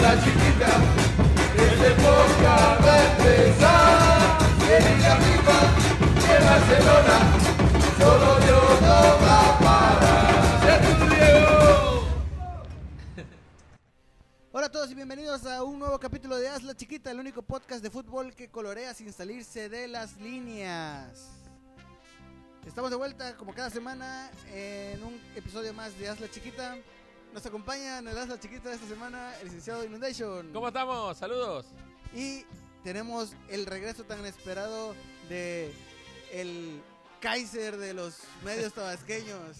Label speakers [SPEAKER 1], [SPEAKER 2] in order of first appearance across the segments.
[SPEAKER 1] la chiquita, desde Boca va a empezar. Viene de arriba, de Barcelona, solo Dios no va a parar. ¡Ya tú, Diego!
[SPEAKER 2] Hola a todos y bienvenidos a un nuevo capítulo de Haz la Chiquita, el único podcast de fútbol que colorea sin salirse de las líneas. Estamos de vuelta como cada semana en un episodio más de Haz la Chiquita. Nos acompaña en el Haz la Chiquita de esta semana el licenciado Inundation.
[SPEAKER 3] ¿Cómo estamos? Saludos.
[SPEAKER 2] Y tenemos el regreso tan esperado de el Kaiser de los medios tabasqueños,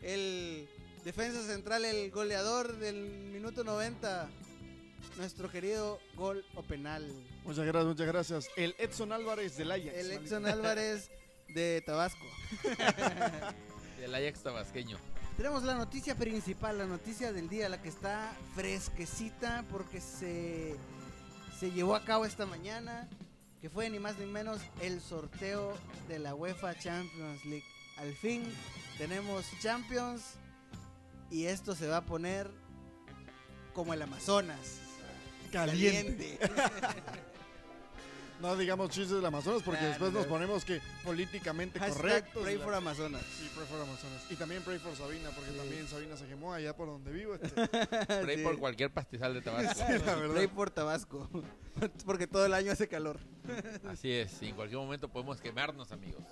[SPEAKER 2] el defensa central, el goleador del minuto 90, nuestro querido gol o penal,
[SPEAKER 4] Muchas gracias, muchas gracias. El Edson Álvarez del Ajax.
[SPEAKER 2] el
[SPEAKER 4] maldito.
[SPEAKER 2] Edson Álvarez de Tabasco.
[SPEAKER 3] Del Ajax Tabasqueño.
[SPEAKER 2] Tenemos la noticia principal, la noticia del día, la que está fresquecita porque se, se llevó a cabo esta mañana, que fue ni más ni menos el sorteo de la UEFA Champions League. Al fin tenemos Champions y esto se va a poner como el Amazonas.
[SPEAKER 4] Caliente. No digamos chistes del Amazonas porque
[SPEAKER 2] Nah,
[SPEAKER 4] después
[SPEAKER 2] Ah, no.
[SPEAKER 4] nos ponemos que políticamente
[SPEAKER 2] Hashtag
[SPEAKER 4] correcto.
[SPEAKER 2] Pray for Amazonas.
[SPEAKER 4] Sí, pray for Amazonas. Y también pray for Sabina porque
[SPEAKER 2] Sí.
[SPEAKER 4] también Sabina se quemó allá por donde vivo. este.
[SPEAKER 3] Pray
[SPEAKER 2] Sí.
[SPEAKER 3] por cualquier pastizal de Tabasco.
[SPEAKER 4] Sí, la verdad.
[SPEAKER 2] Pray por Tabasco, porque todo el año hace calor.
[SPEAKER 3] Así es, y en cualquier momento podemos quemarnos, amigos.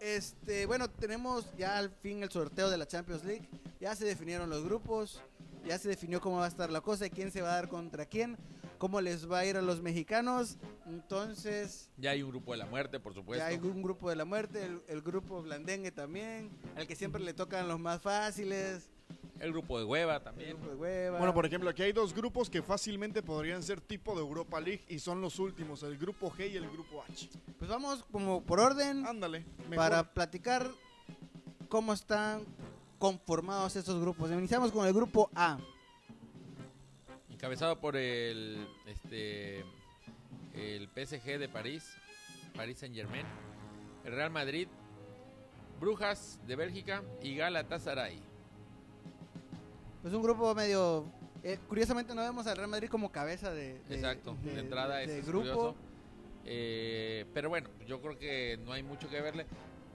[SPEAKER 2] Este, bueno, tenemos ya al fin el sorteo de la Champions League. Ya se definieron los grupos, ya se definió cómo va a estar la cosa, quién se va a dar contra quién, cómo les va a ir a los mexicanos. Entonces,
[SPEAKER 3] Ya hay un grupo de la muerte, por supuesto.
[SPEAKER 2] ya hay un grupo de la muerte, el, el grupo blandengue también, al que siempre le tocan los más fáciles.
[SPEAKER 3] El grupo de hueva
[SPEAKER 2] el
[SPEAKER 3] también.
[SPEAKER 2] grupo de hueva.
[SPEAKER 4] Bueno, por ejemplo, aquí hay dos grupos que fácilmente podrían ser tipo de Europa League y son los últimos, el grupo G y el grupo H.
[SPEAKER 2] Pues vamos como por orden
[SPEAKER 4] Ándale. mejor.
[SPEAKER 2] para platicar cómo están conformados estos grupos. Iniciamos con el grupo A.
[SPEAKER 3] Encabezado por el este el PSG de París, París Saint Germain, el Real Madrid, Brujas de Bélgica y Galatasaray.
[SPEAKER 2] Pues un grupo medio. eh, curiosamente no vemos al Real Madrid como cabeza de. de-
[SPEAKER 3] Exacto, de, entrada
[SPEAKER 2] de
[SPEAKER 3] ese es
[SPEAKER 2] grupo.
[SPEAKER 3] curioso. Eh, pero bueno, yo creo que no hay mucho que verle.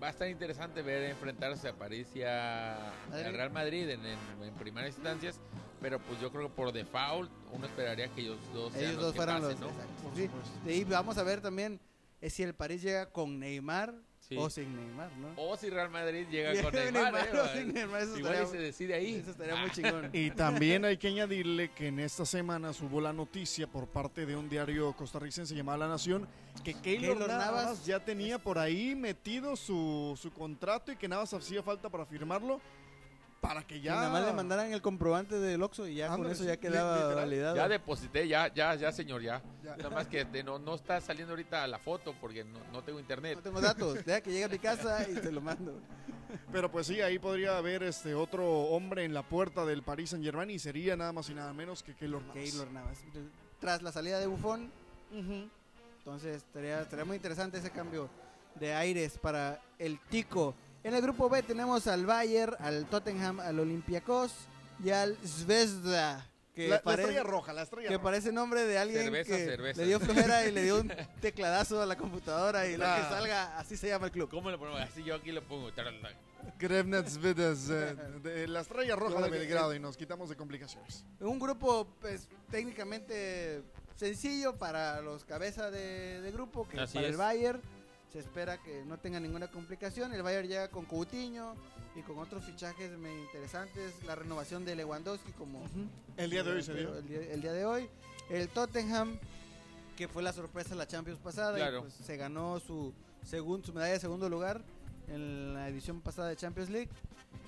[SPEAKER 3] Va a estar interesante ver enfrentarse a París y a,
[SPEAKER 2] Madrid.
[SPEAKER 3] al Real Madrid en, en- en primeras instancias. Pero pues yo creo que por default uno esperaría que ellos dos sean
[SPEAKER 2] Ellos
[SPEAKER 3] los
[SPEAKER 2] dos
[SPEAKER 3] que
[SPEAKER 2] fueran
[SPEAKER 3] pasen,
[SPEAKER 2] los.
[SPEAKER 3] ¿no?
[SPEAKER 2] exacto,
[SPEAKER 4] Por
[SPEAKER 2] sí.
[SPEAKER 4] supuesto.
[SPEAKER 2] De ahí vamos a ver también eh, si el París llega con Neymar
[SPEAKER 3] Sí.
[SPEAKER 2] o sin Neymar, ¿no?
[SPEAKER 3] O si Real Madrid llega con
[SPEAKER 2] Llega
[SPEAKER 3] Neymar. ¿eh?
[SPEAKER 2] o sin Neymar, eso
[SPEAKER 3] Igual y se Ah.
[SPEAKER 2] estaría,
[SPEAKER 3] decide ahí.
[SPEAKER 2] eso estaría muy chingón.
[SPEAKER 4] Y también hay que añadirle que en estas semanas hubo la noticia por parte de un diario costarricense llamado La Nación que Keylor,
[SPEAKER 2] Keylor
[SPEAKER 4] Navas,
[SPEAKER 2] Navas
[SPEAKER 4] ya tenía por ahí metido su, su contrato y que Navas hacía falta para firmarlo para que
[SPEAKER 2] Ya.
[SPEAKER 4] ya...
[SPEAKER 2] Nada más le mandaran el comprobante del Oxxo y ya con
[SPEAKER 4] Ándale,
[SPEAKER 2] eso
[SPEAKER 4] sí,
[SPEAKER 2] ya
[SPEAKER 4] li-
[SPEAKER 2] quedaba
[SPEAKER 4] literal.
[SPEAKER 2] validado.
[SPEAKER 3] Ya deposité, ya, ya, ya señor, ya.
[SPEAKER 4] Ya.
[SPEAKER 3] Nada más que este, no, no está saliendo ahorita la foto porque no, no tengo internet.
[SPEAKER 2] No tengo datos, deja que llegue a mi casa y te lo mando.
[SPEAKER 4] Pero pues sí, ahí podría haber este otro hombre en la puerta del Paris Saint Germain y sería nada más y nada menos que Keylor Navas.
[SPEAKER 2] Keylor Navas. Tras la salida de Buffon,
[SPEAKER 4] Ujú.
[SPEAKER 2] Entonces estaría, estaría muy interesante ese cambio de aires para el Tico. En el grupo B tenemos al Bayern, al Tottenham, al Olympiacos y al Zvezda. Que,
[SPEAKER 4] la, la
[SPEAKER 2] parece,
[SPEAKER 4] estrella roja, la estrella
[SPEAKER 2] que
[SPEAKER 4] roja.
[SPEAKER 2] parece nombre de alguien
[SPEAKER 3] Cerveza,
[SPEAKER 2] que
[SPEAKER 3] cerveza.
[SPEAKER 2] le dio flojera y le dio un tecladazo a la computadora y la que
[SPEAKER 4] Ah.
[SPEAKER 2] salga, así se llama el club.
[SPEAKER 3] ¿Cómo lo ponemos? Así yo aquí lo pongo. Tarala.
[SPEAKER 4] Grevnitz Vidas, eh, de- la estrella roja
[SPEAKER 2] Yo
[SPEAKER 4] de
[SPEAKER 2] creo que-
[SPEAKER 4] Belgrado y nos quitamos de complicaciones.
[SPEAKER 2] Un grupo pues, técnicamente sencillo para los cabezas de, de grupo, que
[SPEAKER 3] Así
[SPEAKER 2] para el
[SPEAKER 3] es.
[SPEAKER 2] Bayern. Se espera que no tenga ninguna complicación. El Bayern llega con Coutinho y con otros fichajes me- interesantes. La renovación de Lewandowski como...
[SPEAKER 4] El día de hoy se dio.
[SPEAKER 2] El día, el día de hoy. El Tottenham, que fue la sorpresa de la Champions pasada. y,
[SPEAKER 3] Claro.
[SPEAKER 2] pues, se ganó su, segun- su medalla de segundo lugar en la edición pasada de Champions League.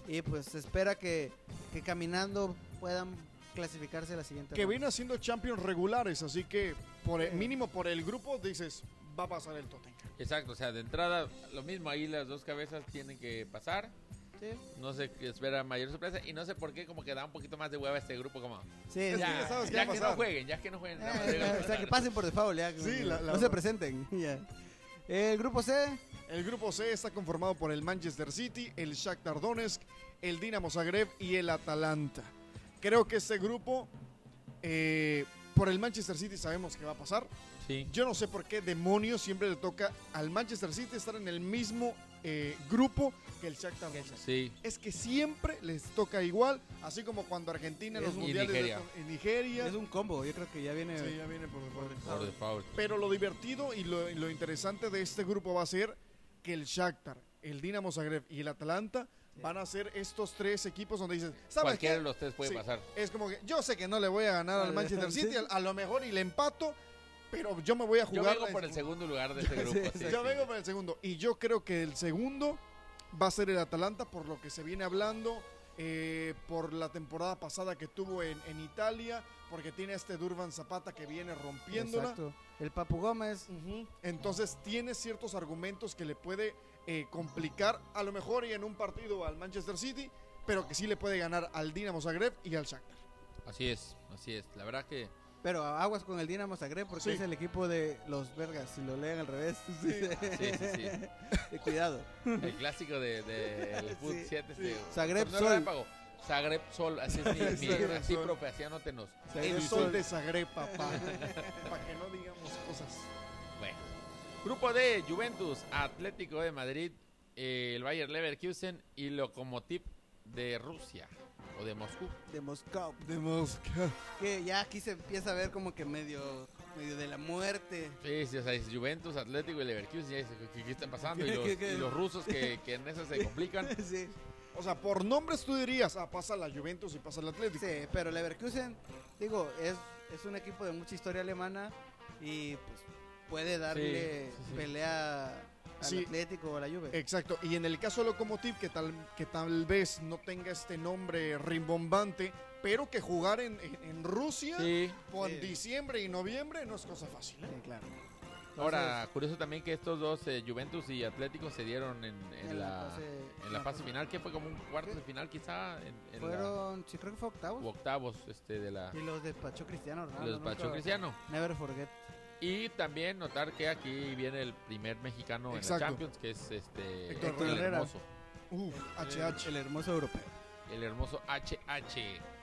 [SPEAKER 2] Y pues se espera que, que caminando puedan clasificarse a la siguiente
[SPEAKER 4] que
[SPEAKER 2] ronda.
[SPEAKER 4] viene haciendo Champions regulares, así que por el-
[SPEAKER 2] Sí.
[SPEAKER 4] mínimo por el grupo dices, va a pasar el Tottenham.
[SPEAKER 3] Exacto, o sea, de entrada, lo mismo, ahí las dos cabezas tienen que pasar.
[SPEAKER 2] Sí.
[SPEAKER 3] No se espera mayor sorpresa y no sé por qué como que da un poquito más de hueva este grupo como...
[SPEAKER 2] Sí,
[SPEAKER 4] Es
[SPEAKER 3] Ya,
[SPEAKER 4] que
[SPEAKER 2] ya.
[SPEAKER 4] ya sabes qué
[SPEAKER 3] ya
[SPEAKER 4] va a
[SPEAKER 3] que no
[SPEAKER 4] pasar.
[SPEAKER 3] jueguen, ya que no jueguen. nada más
[SPEAKER 2] Eh,
[SPEAKER 3] llegan a
[SPEAKER 2] o sea, que
[SPEAKER 3] pasar.
[SPEAKER 2] pasen por default, ya.
[SPEAKER 4] Sí, la- la
[SPEAKER 2] no se
[SPEAKER 4] verdad.
[SPEAKER 2] presenten. ya. El grupo C,
[SPEAKER 4] El grupo C está conformado por el Manchester City, el Shakhtar Donetsk, el Dinamo Zagreb y el Atalanta. Creo que este grupo eh, por el Manchester City sabemos que va a pasar.
[SPEAKER 3] Sí.
[SPEAKER 4] Yo no sé por qué demonios siempre le toca al Manchester City estar en el mismo eh, grupo que el Shakhtar Donetsk.
[SPEAKER 3] Sí.
[SPEAKER 4] Es que siempre les toca igual, así como cuando Argentina en
[SPEAKER 2] Es
[SPEAKER 4] los
[SPEAKER 2] un-
[SPEAKER 3] y
[SPEAKER 4] mundiales de-
[SPEAKER 3] Nigeria.
[SPEAKER 4] en Nigeria.
[SPEAKER 2] Es un combo, yo creo que ya viene.
[SPEAKER 4] Sí, ya viene por default.
[SPEAKER 3] Por default.
[SPEAKER 4] Pero lo divertido y lo, y lo interesante de este grupo va a ser que el Shakhtar, el Dinamo Zagreb y el Atalanta van a ser estos tres equipos donde dices, ¿sabes
[SPEAKER 3] Cualquiera
[SPEAKER 4] qué?
[SPEAKER 3] de los tres puede
[SPEAKER 4] Sí.
[SPEAKER 3] pasar.
[SPEAKER 4] Es como que yo sé que no le voy a ganar
[SPEAKER 2] Vale,
[SPEAKER 4] al Manchester
[SPEAKER 2] sí.
[SPEAKER 4] City, a- a lo mejor y le empato, pero yo me voy a
[SPEAKER 3] Yo
[SPEAKER 4] jugar.
[SPEAKER 3] vengo por el segundo lugar de este grupo.
[SPEAKER 2] sí,
[SPEAKER 3] sí,
[SPEAKER 4] Yo
[SPEAKER 3] sí.
[SPEAKER 4] vengo por el segundo. Y yo creo que el segundo va a ser el Atalanta, por lo que se viene hablando, eh, por la temporada pasada que tuvo en, en Italia, porque tiene a este Durban Zapata que viene rompiéndola.
[SPEAKER 2] Exacto. El Papu Gómez.
[SPEAKER 4] Ujú. Entonces tiene ciertos argumentos que le puede eh, complicar a lo mejor y en un partido al Manchester City, pero que sí le puede ganar al Dinamo Zagreb y al Shakhtar.
[SPEAKER 3] Así es, así es. La verdad que
[SPEAKER 2] Pero aguas con el Dinamo Zagreb porque
[SPEAKER 4] Sí.
[SPEAKER 2] es el equipo de los vergas. Si lo leen al revés,
[SPEAKER 3] sí, sí, sí.
[SPEAKER 2] cuidado.
[SPEAKER 3] El clásico de, de el Foot
[SPEAKER 2] Sí,
[SPEAKER 3] 7 este,
[SPEAKER 2] Zagreb
[SPEAKER 3] torneo
[SPEAKER 2] Sol.
[SPEAKER 3] relámpago. Zagreb Sol, así es mi, mi
[SPEAKER 4] Zagreb
[SPEAKER 3] así,
[SPEAKER 4] Sol.
[SPEAKER 3] profe, así anótenos.
[SPEAKER 2] Zagreb
[SPEAKER 4] El
[SPEAKER 2] Sol.
[SPEAKER 4] sol de Zagreb, papá. Para que no digamos cosas.
[SPEAKER 3] Bueno. Grupo D, Juventus, Atlético de Madrid, eh, el Bayer Leverkusen y Lokomotiv de Rusia o de Moscú.
[SPEAKER 2] de Moscú.
[SPEAKER 4] De Mosca.
[SPEAKER 2] Que ya aquí se empieza a ver como que medio, medio de la muerte.
[SPEAKER 3] Sí, sí, o sea, es Juventus, Atlético y Leverkusen. ya dices, ¿qué, qué está pasando? Y
[SPEAKER 2] ¿Qué-
[SPEAKER 3] los,
[SPEAKER 2] qué- qué?
[SPEAKER 3] y los rusos que, que en esas se complican.
[SPEAKER 2] sí.
[SPEAKER 4] O sea, por nombres tú dirías, ah, pasa la Juventus y pasa el Atlético.
[SPEAKER 2] Sí, pero Leverkusen, digo, es, es un equipo de mucha historia alemana y pues puede darle
[SPEAKER 3] Sí, sí, sí.
[SPEAKER 2] pelea al
[SPEAKER 4] Sí.
[SPEAKER 2] Atlético o a la Juve.
[SPEAKER 4] Exacto, y en el caso de Lokomotiv, que tal, que tal vez no tenga este nombre rimbombante, pero que jugar en, en- en Rusia
[SPEAKER 3] Sí.
[SPEAKER 4] con
[SPEAKER 2] Sí.
[SPEAKER 4] diciembre y noviembre no es cosa fácil. ¿eh?
[SPEAKER 2] Sí, claro.
[SPEAKER 3] Ahora, curioso también que estos dos, eh, Juventus y Atlético, se dieron en, en
[SPEAKER 2] En la
[SPEAKER 3] la,
[SPEAKER 2] fase-
[SPEAKER 3] en la fase final, que fue como un cuarto de final quizá, en, en la-
[SPEAKER 2] Fueron, sí, creo que fue
[SPEAKER 3] u
[SPEAKER 2] octavos.
[SPEAKER 3] octavos este, de la...
[SPEAKER 2] Y los despachó Cristiano Ronaldo.
[SPEAKER 3] los despachó
[SPEAKER 2] nunca-
[SPEAKER 3] Cristiano.
[SPEAKER 2] Never forget.
[SPEAKER 3] Y también notar que aquí viene el primer mexicano en
[SPEAKER 4] Exacto.
[SPEAKER 3] la Champions, que es este
[SPEAKER 4] Héctor
[SPEAKER 3] Héctor el
[SPEAKER 2] Herrera.
[SPEAKER 3] hermoso.
[SPEAKER 4] Uf,
[SPEAKER 2] El,
[SPEAKER 4] HH.
[SPEAKER 2] el hermoso europeo.
[SPEAKER 3] El hermoso HH.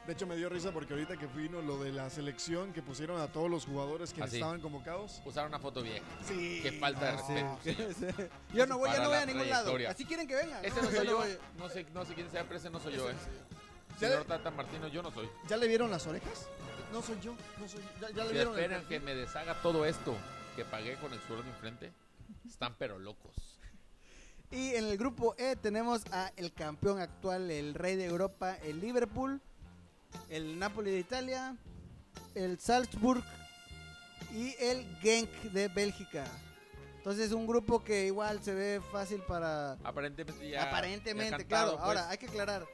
[SPEAKER 4] De hecho, me dio risa porque ahorita que vino lo de la selección que pusieron a todos los jugadores que
[SPEAKER 3] Ah, sí.
[SPEAKER 4] estaban convocados.
[SPEAKER 3] Usaron una foto vieja.
[SPEAKER 4] Sí.
[SPEAKER 3] Qué falta de
[SPEAKER 2] Ah,
[SPEAKER 4] no.
[SPEAKER 3] respeto. señor.
[SPEAKER 2] yo no voy, yo
[SPEAKER 3] Ah, Para
[SPEAKER 2] no voy
[SPEAKER 3] la
[SPEAKER 2] a ningún lado.
[SPEAKER 3] trayectoria.
[SPEAKER 2] Así quieren que venga.
[SPEAKER 3] Ese no
[SPEAKER 2] Yo
[SPEAKER 3] soy yo.
[SPEAKER 2] voy.
[SPEAKER 3] No sé, no sé quién sea, pero ese no soy yo, eh.
[SPEAKER 4] Ya
[SPEAKER 3] Señor
[SPEAKER 4] le-
[SPEAKER 3] Tata Martino, yo no soy.
[SPEAKER 4] ¿Ya le vieron las orejas? No soy yo, no soy yo. ¿Ya, ya le
[SPEAKER 3] Si
[SPEAKER 4] vieron el
[SPEAKER 3] esperan que me
[SPEAKER 4] perfil?
[SPEAKER 3] deshaga todo esto que pagué con el sueldo enfrente, están pero locos.
[SPEAKER 2] Y en el grupo E tenemos a el campeón actual, el rey de Europa, el Liverpool, el Napoli de Italia, el Salzburg y el Genk de Bélgica. Entonces un grupo que igual se ve fácil para
[SPEAKER 3] Aparentemente ya.
[SPEAKER 2] aparentemente,
[SPEAKER 3] ya cantado,
[SPEAKER 2] claro.
[SPEAKER 3] pues.
[SPEAKER 2] Ahora hay que aclarar,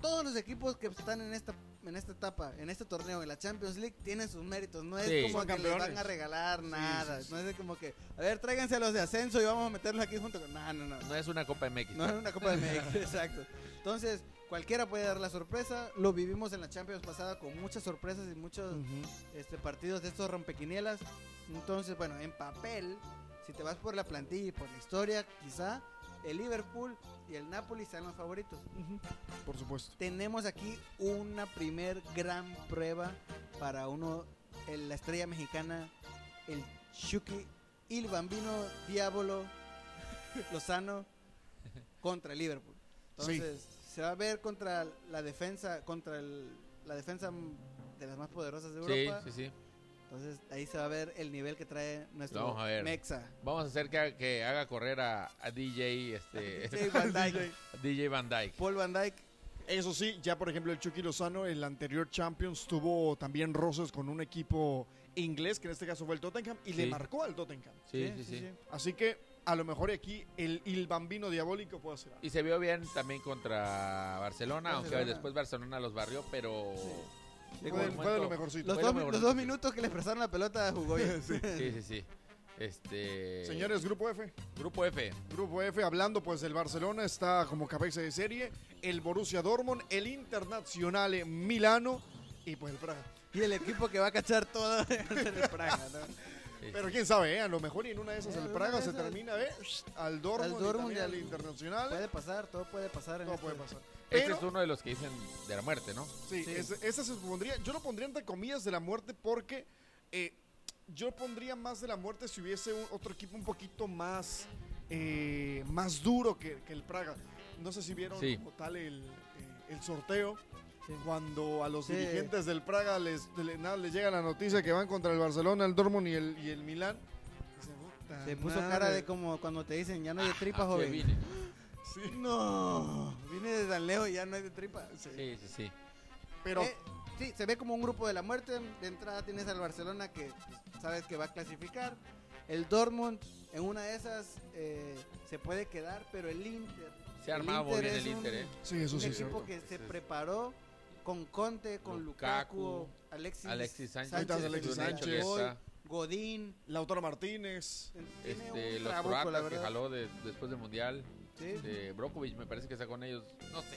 [SPEAKER 2] todos los equipos que están en esta en esta etapa, en este torneo, en la Champions League, tienen sus méritos. No es
[SPEAKER 3] Sí.
[SPEAKER 2] como
[SPEAKER 4] Son
[SPEAKER 2] que les van
[SPEAKER 4] campeones.
[SPEAKER 2] a regalar nada.
[SPEAKER 4] sí, sí.
[SPEAKER 2] No es de como que, a ver, tráiganse a los de ascenso y vamos a meterlos aquí junto con. No, no, no.
[SPEAKER 3] No es una Copa MX.
[SPEAKER 2] No era una Copa de México, exacto. Entonces, cualquiera puede dar la sorpresa. Lo vivimos en la Champions pasada con muchas sorpresas y muchos este, partidos de estos rompequinielas. Entonces, bueno, en papel, si te vas por la plantilla y por la historia, quizá el Liverpool y el Napoli sean los favoritos.
[SPEAKER 4] Por supuesto.
[SPEAKER 2] Tenemos aquí una primer gran prueba para uno, el- la estrella mexicana, el Chucky y el bambino Diablo Lozano contra el Liverpool.
[SPEAKER 4] Sí.
[SPEAKER 2] Entonces, se va a ver contra la defensa, contra el- la defensa de las más poderosas de
[SPEAKER 3] Sí,
[SPEAKER 2] Europa.
[SPEAKER 3] sí, sí.
[SPEAKER 2] Entonces, ahí se va a ver el nivel que trae nuestro
[SPEAKER 3] Vamos a ver.
[SPEAKER 2] Mexa.
[SPEAKER 3] Vamos a hacer que, que haga correr a, a DJ este
[SPEAKER 2] Sí, Van Dijk,
[SPEAKER 3] a DJ Van Dyke.
[SPEAKER 2] Paul Van Dyke.
[SPEAKER 4] Eso sí, ya por ejemplo el Chucky Lozano, el anterior Champions, tuvo también roces con un equipo inglés, que en este caso fue el Tottenham, y le
[SPEAKER 3] Sí.
[SPEAKER 4] marcó al Tottenham.
[SPEAKER 3] Sí, sí, sí,
[SPEAKER 4] Así que a lo mejor aquí el, el bambino diabólico puede hacer algo.
[SPEAKER 3] Y se vio bien también contra Barcelona, aunque
[SPEAKER 2] Barcelona.
[SPEAKER 3] después Barcelona los barrió, pero
[SPEAKER 4] Fue,
[SPEAKER 3] Llegó el
[SPEAKER 4] de- fue de lo
[SPEAKER 3] momento-
[SPEAKER 4] mejorcito.
[SPEAKER 2] Los,
[SPEAKER 3] Fue
[SPEAKER 2] dos,
[SPEAKER 3] lo
[SPEAKER 2] mi-
[SPEAKER 3] mejor
[SPEAKER 2] los
[SPEAKER 3] de
[SPEAKER 2] dos
[SPEAKER 3] Chucky.
[SPEAKER 2] minutos que le prestaron la pelota jugó bien.
[SPEAKER 3] Sí, sí, sí. Este
[SPEAKER 4] Señores, Grupo F.
[SPEAKER 3] Grupo F, Este
[SPEAKER 4] Grupo F, hablando pues del Barcelona, está como cabeza de serie, el Borussia Dortmund, el Internacional Milano y pues el Praga.
[SPEAKER 2] Y el equipo que va a cachar todo es el Praga, ¿no?
[SPEAKER 4] Pero quién sabe, ¿eh? a lo mejor y en una de esas
[SPEAKER 2] Eh,
[SPEAKER 4] el
[SPEAKER 2] una
[SPEAKER 4] Praga
[SPEAKER 2] de
[SPEAKER 4] se
[SPEAKER 2] esas-
[SPEAKER 4] termina, ¿eh? Al Dortmund,
[SPEAKER 2] Al
[SPEAKER 4] y
[SPEAKER 2] Dortmund
[SPEAKER 4] también
[SPEAKER 2] y
[SPEAKER 4] al
[SPEAKER 2] al-
[SPEAKER 4] Internacional.
[SPEAKER 2] Puede pasar, todo puede pasar. En
[SPEAKER 4] Todo
[SPEAKER 2] este-
[SPEAKER 4] puede pasar.
[SPEAKER 3] Este
[SPEAKER 4] Pero-
[SPEAKER 3] es uno de los que dicen de la muerte, ¿no?
[SPEAKER 4] Sí,
[SPEAKER 2] Sí.
[SPEAKER 4] ese, ese se supondría. Yo lo pondría entre comillas de la muerte porque eh, yo pondría más de la muerte si hubiese un- otro equipo un poquito más, eh, más duro que, que el Praga. No sé si vieron
[SPEAKER 3] Sí.
[SPEAKER 4] como tal el, eh, el sorteo.
[SPEAKER 2] Sí.
[SPEAKER 4] Cuando a los
[SPEAKER 2] Sí.
[SPEAKER 4] dirigentes del Praga les, le- nada, les llega la noticia que van contra el Barcelona, el Dortmund y el, y el Milán. dicen, "Puta
[SPEAKER 2] Se puso
[SPEAKER 4] madre".
[SPEAKER 2] cara Ah, de como cuando te dicen, ya no hay de tripa,
[SPEAKER 3] Así
[SPEAKER 2] joven.
[SPEAKER 3] vine.
[SPEAKER 4] Sí,
[SPEAKER 2] No, vine de tan lejos, ya no hay de tripa.
[SPEAKER 4] sí.
[SPEAKER 3] Sí, sí, sí.
[SPEAKER 4] Pero
[SPEAKER 2] Eh, sí, se ve como un grupo de la muerte. De entrada tienes al Barcelona que pues, sabes que va a clasificar. El Dortmund, en una de esas, eh, se puede quedar, pero el Inter.
[SPEAKER 3] Se ha armado bien el
[SPEAKER 2] es
[SPEAKER 3] Inter,
[SPEAKER 2] un-
[SPEAKER 3] ¿eh?
[SPEAKER 4] sí, eso
[SPEAKER 2] Un
[SPEAKER 4] sí.
[SPEAKER 2] equipo
[SPEAKER 4] cierto.
[SPEAKER 2] que se
[SPEAKER 3] Sí.
[SPEAKER 2] preparó con Conte, con Lukaku,
[SPEAKER 3] Lukaku,
[SPEAKER 2] Alexis,
[SPEAKER 3] Alexis Sánchez,
[SPEAKER 4] Sánchez,
[SPEAKER 3] Alexis
[SPEAKER 4] Alexis
[SPEAKER 3] Sánchez,
[SPEAKER 4] Sánchez,
[SPEAKER 2] Boy,
[SPEAKER 3] está.
[SPEAKER 2] Godín.
[SPEAKER 4] Lautaro Martínez.
[SPEAKER 2] Tiene
[SPEAKER 3] Este,
[SPEAKER 2] un
[SPEAKER 3] los
[SPEAKER 2] trabuco, la
[SPEAKER 3] croatas que
[SPEAKER 2] verdad.
[SPEAKER 3] jaló de- después del Mundial.
[SPEAKER 2] Sí.
[SPEAKER 3] Este, Brokovic me parece que está con ellos. No sé.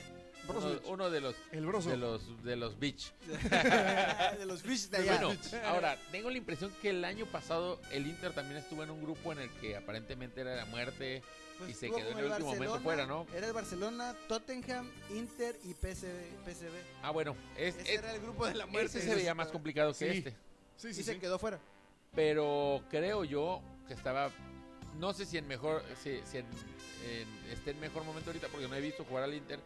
[SPEAKER 3] Uno,
[SPEAKER 4] Brozovic.
[SPEAKER 3] uno de los
[SPEAKER 4] El broso.
[SPEAKER 3] de los de los beach.
[SPEAKER 2] de los fish de allá.
[SPEAKER 3] Pues Bueno, ahora tengo la impresión que el año pasado el Inter también estuvo en un grupo en el que aparentemente era la muerte.
[SPEAKER 2] Pues
[SPEAKER 3] y se
[SPEAKER 2] estuvo
[SPEAKER 3] quedó en
[SPEAKER 2] con
[SPEAKER 3] el último momento fuera, ¿no?
[SPEAKER 2] Era el Barcelona, Tottenham, Inter y PSV. PSV.
[SPEAKER 3] Ah, bueno, es,
[SPEAKER 2] Ese
[SPEAKER 3] es-
[SPEAKER 2] era el grupo de la muerte.
[SPEAKER 3] este se veía más complicado que
[SPEAKER 4] Sí.
[SPEAKER 3] este.
[SPEAKER 4] Sí,
[SPEAKER 2] Y
[SPEAKER 4] sí,
[SPEAKER 2] se
[SPEAKER 4] sí.
[SPEAKER 2] quedó fuera.
[SPEAKER 3] Pero creo yo que estaba. No sé si en mejor. Si, si en, en- esté en mejor momento ahorita, porque no he visto jugar al Inter.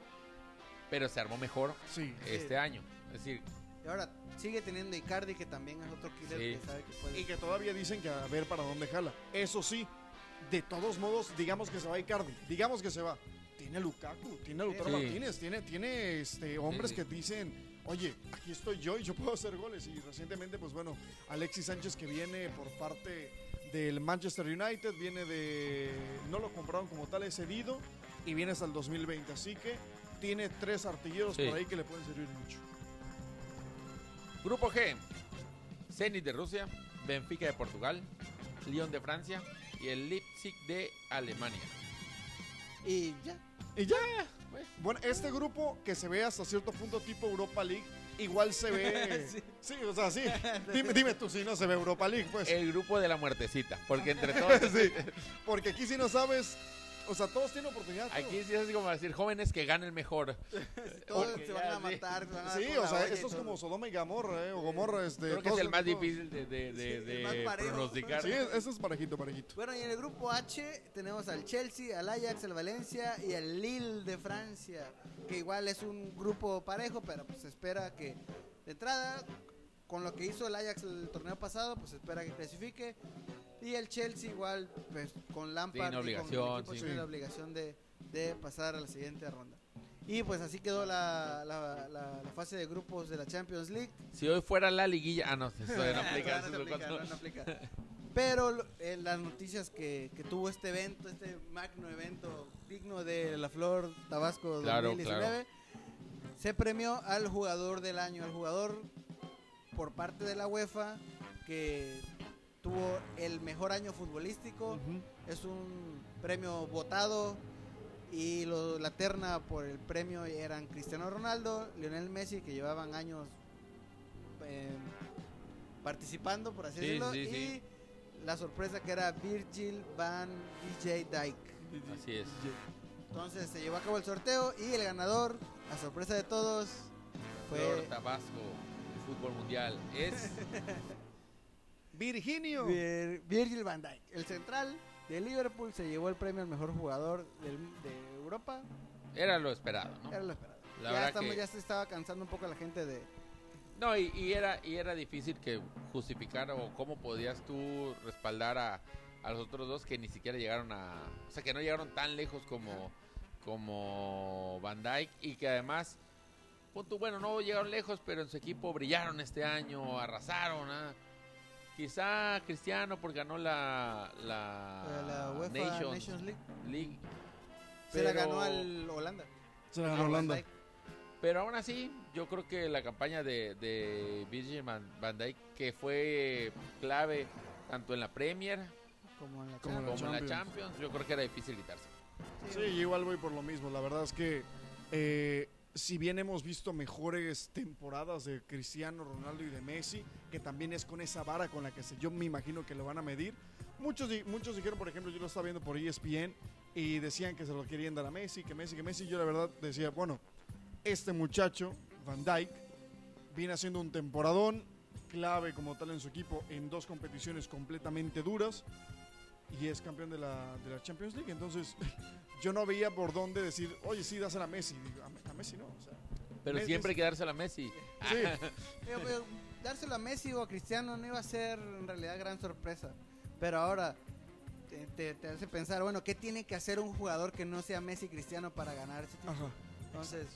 [SPEAKER 3] Pero se armó mejor
[SPEAKER 4] Sí.
[SPEAKER 3] este año. Es decir,
[SPEAKER 2] Y ahora sigue teniendo a Icardi, que también es otro killer
[SPEAKER 3] Sí.
[SPEAKER 2] que sabe que puede.
[SPEAKER 4] Y que todavía dicen que a ver para dónde jala. Eso sí, de todos modos, digamos que se va Icardi, digamos que se va. Tiene a Lukaku, tiene a Lautaro
[SPEAKER 3] Sí.
[SPEAKER 4] Martínez, tiene, tiene este, hombres
[SPEAKER 3] sí.
[SPEAKER 4] que dicen, oye, aquí estoy yo y yo puedo hacer goles. Y recientemente, pues bueno, Alexis Sánchez que viene por parte del Manchester United, viene de... No lo compraron como tal, es cedido y viene hasta el 2020. Así que tiene tres artilleros
[SPEAKER 3] Sí.
[SPEAKER 4] por ahí que le pueden servir mucho.
[SPEAKER 3] Grupo G. Zenit de Rusia, Benfica de Portugal, Lyon de Francia y el Leipzig de Alemania.
[SPEAKER 2] Y ya.
[SPEAKER 4] Y ya. Bueno, este grupo que se ve hasta cierto punto tipo Europa League, igual se ve. sí. o sea, sí. Dime, dime tú si no se ve Europa League, pues.
[SPEAKER 3] El grupo de la muertecita, porque entre todos
[SPEAKER 4] Sí, Porque aquí si no sabes. O sea, todos tienen oportunidad. todos.
[SPEAKER 3] aquí sí es así como decir jóvenes que ganen mejor.
[SPEAKER 2] Todos
[SPEAKER 3] Porque
[SPEAKER 2] se van
[SPEAKER 3] eh, ya,
[SPEAKER 2] a
[SPEAKER 3] sí.
[SPEAKER 2] matar. se
[SPEAKER 3] ah,
[SPEAKER 2] van a dar
[SPEAKER 4] Sí,
[SPEAKER 2] con
[SPEAKER 4] o
[SPEAKER 2] la
[SPEAKER 4] sea,
[SPEAKER 2] olla y
[SPEAKER 4] esto es
[SPEAKER 2] todo.
[SPEAKER 4] como Sodoma y Gomorra, ¿eh? O Gomorra, este.
[SPEAKER 3] Creo que es
[SPEAKER 4] todos-
[SPEAKER 3] el más
[SPEAKER 4] todos-
[SPEAKER 3] difícil de, de- de-
[SPEAKER 2] Sí, el
[SPEAKER 3] de
[SPEAKER 2] más parejo.
[SPEAKER 3] pronosticar.
[SPEAKER 4] Sí, eso es parejito, parejito.
[SPEAKER 2] Bueno, y en el grupo H tenemos al Chelsea, al Ajax, al Valencia y al Lille de Francia, que igual es un grupo parejo, pero pues se espera que de entrada, con lo que hizo el Ajax el torneo pasado, pues se espera que clasifique. Y el Chelsea igual, pues con Lampard
[SPEAKER 3] Tiene
[SPEAKER 2] y con el
[SPEAKER 3] obligación,
[SPEAKER 2] equipo
[SPEAKER 3] sí.
[SPEAKER 2] tiene la obligación de, de pasar a la siguiente ronda. Y pues así quedó la, la- la- la fase de grupos de la Champions League.
[SPEAKER 3] Si hoy fuera la liguilla. Ah, no, eso todavía no aplica.
[SPEAKER 2] No,
[SPEAKER 3] eso
[SPEAKER 2] no
[SPEAKER 3] es lo
[SPEAKER 2] aplica,
[SPEAKER 3] cuando-
[SPEAKER 2] no, no aplica. Pero lo- eh, las noticias que, que tuvo este evento, este magno evento digno de La Flor Tabasco
[SPEAKER 3] Claro,
[SPEAKER 2] 2019, se premió al jugador del año, al jugador por parte de la UEFA que tuvo el mejor año futbolístico. Es un premio votado y lo- la terna por el premio eran Cristiano Ronaldo, Lionel Messi, que llevaban años eh, participando, por así
[SPEAKER 3] Sí,
[SPEAKER 2] decirlo,
[SPEAKER 3] sí,
[SPEAKER 2] y
[SPEAKER 3] sí.
[SPEAKER 2] la sorpresa que era Virgil van DJ Dyke.
[SPEAKER 3] Así es.
[SPEAKER 2] Entonces se llevó a cabo el sorteo y el ganador, a sorpresa de todos,
[SPEAKER 3] Flor
[SPEAKER 2] fue
[SPEAKER 3] Tabasco, fútbol mundial. Es
[SPEAKER 4] Virginio.
[SPEAKER 2] Vir- Virgil van Dyke. El central de Liverpool se llevó el premio al mejor jugador del- de Europa.
[SPEAKER 3] era lo esperado, ¿no?
[SPEAKER 2] Era lo esperado.
[SPEAKER 3] La
[SPEAKER 2] ya,
[SPEAKER 3] verdad
[SPEAKER 2] estamos-
[SPEAKER 3] que-
[SPEAKER 2] ya se estaba cansando un poco la gente de.
[SPEAKER 3] No, y, y era, y era difícil que justificar o cómo podías tú respaldar a, a los otros dos que ni siquiera llegaron a... O sea, que no llegaron tan lejos como, como Van Dyke y que además, pon tú, bueno, no llegaron lejos, pero en su equipo brillaron este año, arrasaron. ah. Quizá Cristiano porque ganó la, la,
[SPEAKER 2] de la UEFA Nations,
[SPEAKER 3] Ah, Nations
[SPEAKER 2] League.
[SPEAKER 3] League.
[SPEAKER 2] Se la
[SPEAKER 3] pero-
[SPEAKER 2] ganó al Holanda.
[SPEAKER 4] Se la ganó
[SPEAKER 2] A Van
[SPEAKER 4] Holanda.
[SPEAKER 2] Dijk.
[SPEAKER 3] Pero aún así, yo creo que la campaña de, de Virgil van, van Dijk, que fue clave tanto en la Premier
[SPEAKER 2] Como en la
[SPEAKER 4] Como
[SPEAKER 3] como
[SPEAKER 4] la
[SPEAKER 2] Champions.
[SPEAKER 3] en la
[SPEAKER 4] Champions.
[SPEAKER 3] Champions, yo creo que era difícil quitarse.
[SPEAKER 4] Sí, yo igual voy por lo mismo. La verdad es que eh, si bien hemos visto mejores temporadas de Cristiano Ronaldo y de Messi, que también es con esa vara con la que se, yo me imagino que lo van a medir, muchos, di- muchos dijeron, por ejemplo, yo lo estaba viendo por E ESPN y decían que se lo querían dar a Messi, que Messi, que Messi, yo la verdad decía, bueno, este muchacho, Van Dyke, viene haciendo un temporadón clave como tal en su equipo en dos competiciones completamente duras y es campeón de la, de la Champions League, entonces yo no veía por dónde decir, oye, sí, dásela a Messi. Digo, a, Me- a Messi no. O sea,
[SPEAKER 3] Pero
[SPEAKER 4] Messi
[SPEAKER 3] siempre
[SPEAKER 4] es-
[SPEAKER 3] hay que dársela a Messi.
[SPEAKER 4] sí,
[SPEAKER 2] Pero, pero, pues, dárselo a Messi o a Cristiano no iba a ser en realidad gran sorpresa. Pero ahora te, te- te hace pensar, bueno, ¿qué tiene que hacer un jugador que no sea Messi y Cristiano para ganar ese título?
[SPEAKER 4] ajá.
[SPEAKER 2] Entonces,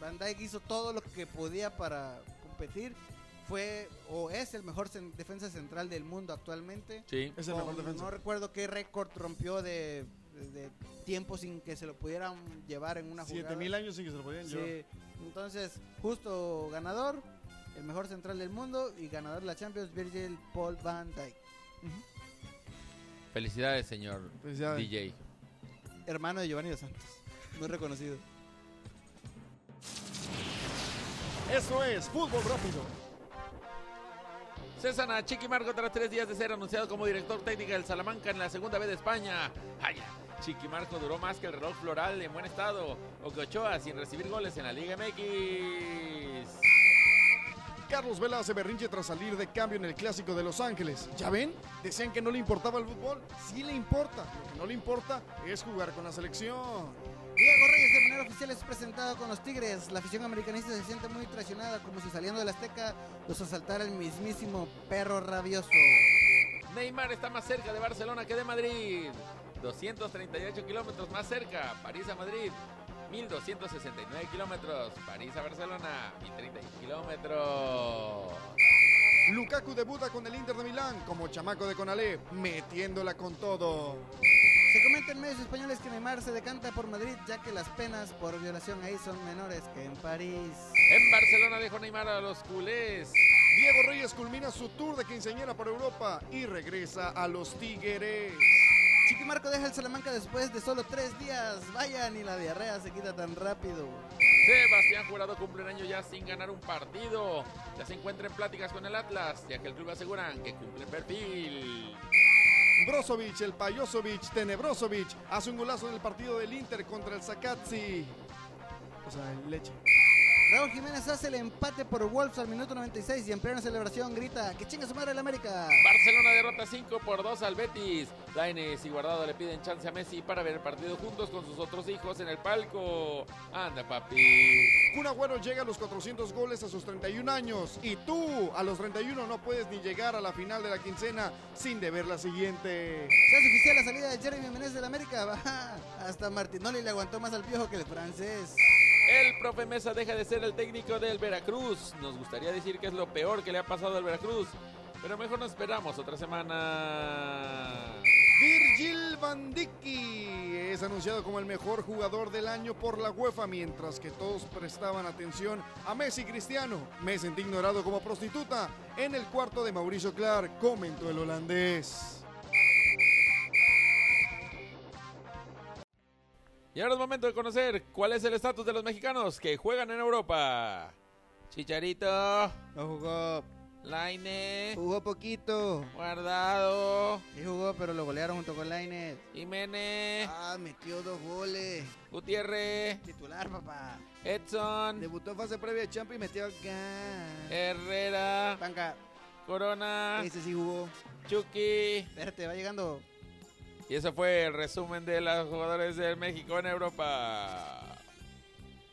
[SPEAKER 2] Van Dijk hizo todo lo que podía para competir. Fue o es el mejor cen- defensa central del mundo actualmente.
[SPEAKER 3] Sí.
[SPEAKER 4] Es el
[SPEAKER 2] Con-
[SPEAKER 4] mejor
[SPEAKER 2] No
[SPEAKER 4] defensa.
[SPEAKER 2] recuerdo qué récord rompió de, de tiempo sin que se lo pudieran llevar en una jugada.
[SPEAKER 4] 7000 años sin que se lo podían llevar.
[SPEAKER 2] Sí, entonces, justo ganador, el mejor central del mundo y ganador de la Champions, Virgil Paul Van Dijk.
[SPEAKER 3] Felicidades, señor
[SPEAKER 4] Pues ya-
[SPEAKER 3] DJ.
[SPEAKER 2] Hermano de Giovanni Dos Santos. Muy reconocido.
[SPEAKER 4] Eso es fútbol rápido.
[SPEAKER 3] César Achiqui Marco tras tres días de ser anunciado como director técnico del Salamanca en la segunda vez de España. Ay, Chiqui Marco duró más que el reloj floral en buen estado o que Ochoa sin recibir goles en la Liga MX.
[SPEAKER 4] Carlos Vela hace berrinche tras salir de cambio en el clásico de Los Ángeles. ¿Ya ven? Decían que no le importaba el fútbol. Sí le importa. Lo que no le importa es jugar con la selección.
[SPEAKER 2] Diego Reyes de manera oficial es presentado con los Tigres. La afición americanista se siente muy traicionada, como si saliendo del Azteca los asaltara el mismísimo perro rabioso.
[SPEAKER 3] Neymar está más cerca de Barcelona que de Madrid. 238 kilómetros más cerca, París a Madrid. 1269 kilómetros, París a Barcelona. 1030 kilómetros.
[SPEAKER 4] Lukaku debuta con el Inter de Milán como chamaco de Conalé, metiéndola con todo.
[SPEAKER 2] Se comenta en medios españoles que Neymar se decanta por Madrid, ya que las penas por violación ahí son menores que en París.
[SPEAKER 3] En Barcelona dejó Neymar a los culés.
[SPEAKER 4] Diego Reyes culmina su tour de quinceañera por Europa y regresa a los Tigres.
[SPEAKER 2] Chiquimarco deja el Salamanca después de solo tres días. Vaya, ni la diarrea se quita tan rápido.
[SPEAKER 3] Sebastián Jurado cumple un año ya sin ganar un partido. Ya se encuentra en pláticas con el Atlas, ya que el club aseguran que cumple perfil.
[SPEAKER 4] Brozovic, el Payosovic, Tenebrosovic, hace un golazo en el partido del Inter contra el Zacazzi. O sea, el leche.
[SPEAKER 2] Raúl Jiménez hace el empate por Wolves al minuto 96 y en plena celebración grita que chinga su madre el América.
[SPEAKER 3] Barcelona derrota 5 por 2 al Betis. Lainez y Guardado le piden chance a Messi para ver el partido juntos con sus otros hijos en el palco. Anda, papi.
[SPEAKER 4] Kun Agüero llega a los 400 goles a sus 31 años y tú a los 31 no puedes ni llegar a la final de la quincena sin deber la siguiente.
[SPEAKER 2] Se hace oficial la salida de Jeremy Menez del América. Baja. Hasta Martinoli le aguantó más al viejo que el francés.
[SPEAKER 3] El profe Mesa deja de ser el técnico del Veracruz. Nos gustaría decir que es lo peor que le ha pasado al Veracruz, pero mejor nos esperamos otra semana.
[SPEAKER 4] Virgil van Dickie es anunciado como el mejor jugador del año por la UEFA, mientras que todos prestaban atención a Messi Cristiano. Me sentí ignorado como prostituta en el cuarto de Mauricio Clark, comentó el holandés.
[SPEAKER 3] Y ahora es momento de conocer cuál es el estatus de los mexicanos que juegan en Europa. Chicharito,
[SPEAKER 2] No jugó.
[SPEAKER 3] Laine,
[SPEAKER 2] Jugó poquito.
[SPEAKER 3] Guardado,
[SPEAKER 2] Sí jugó, pero lo golearon junto con Lainez.
[SPEAKER 3] Jiménez,
[SPEAKER 2] Ah, metió dos goles.
[SPEAKER 3] Gutiérrez,
[SPEAKER 2] Titular, papá.
[SPEAKER 3] Edson,
[SPEAKER 2] Debutó fase previa de Champions y metió
[SPEAKER 3] Eh.
[SPEAKER 2] acá.
[SPEAKER 3] Herrera,
[SPEAKER 2] Banca,
[SPEAKER 3] Corona,
[SPEAKER 2] ese sí jugó.
[SPEAKER 3] Chucky.
[SPEAKER 2] Espérate, va llegando.
[SPEAKER 3] Y ese fue el resumen de los jugadores del México en Europa.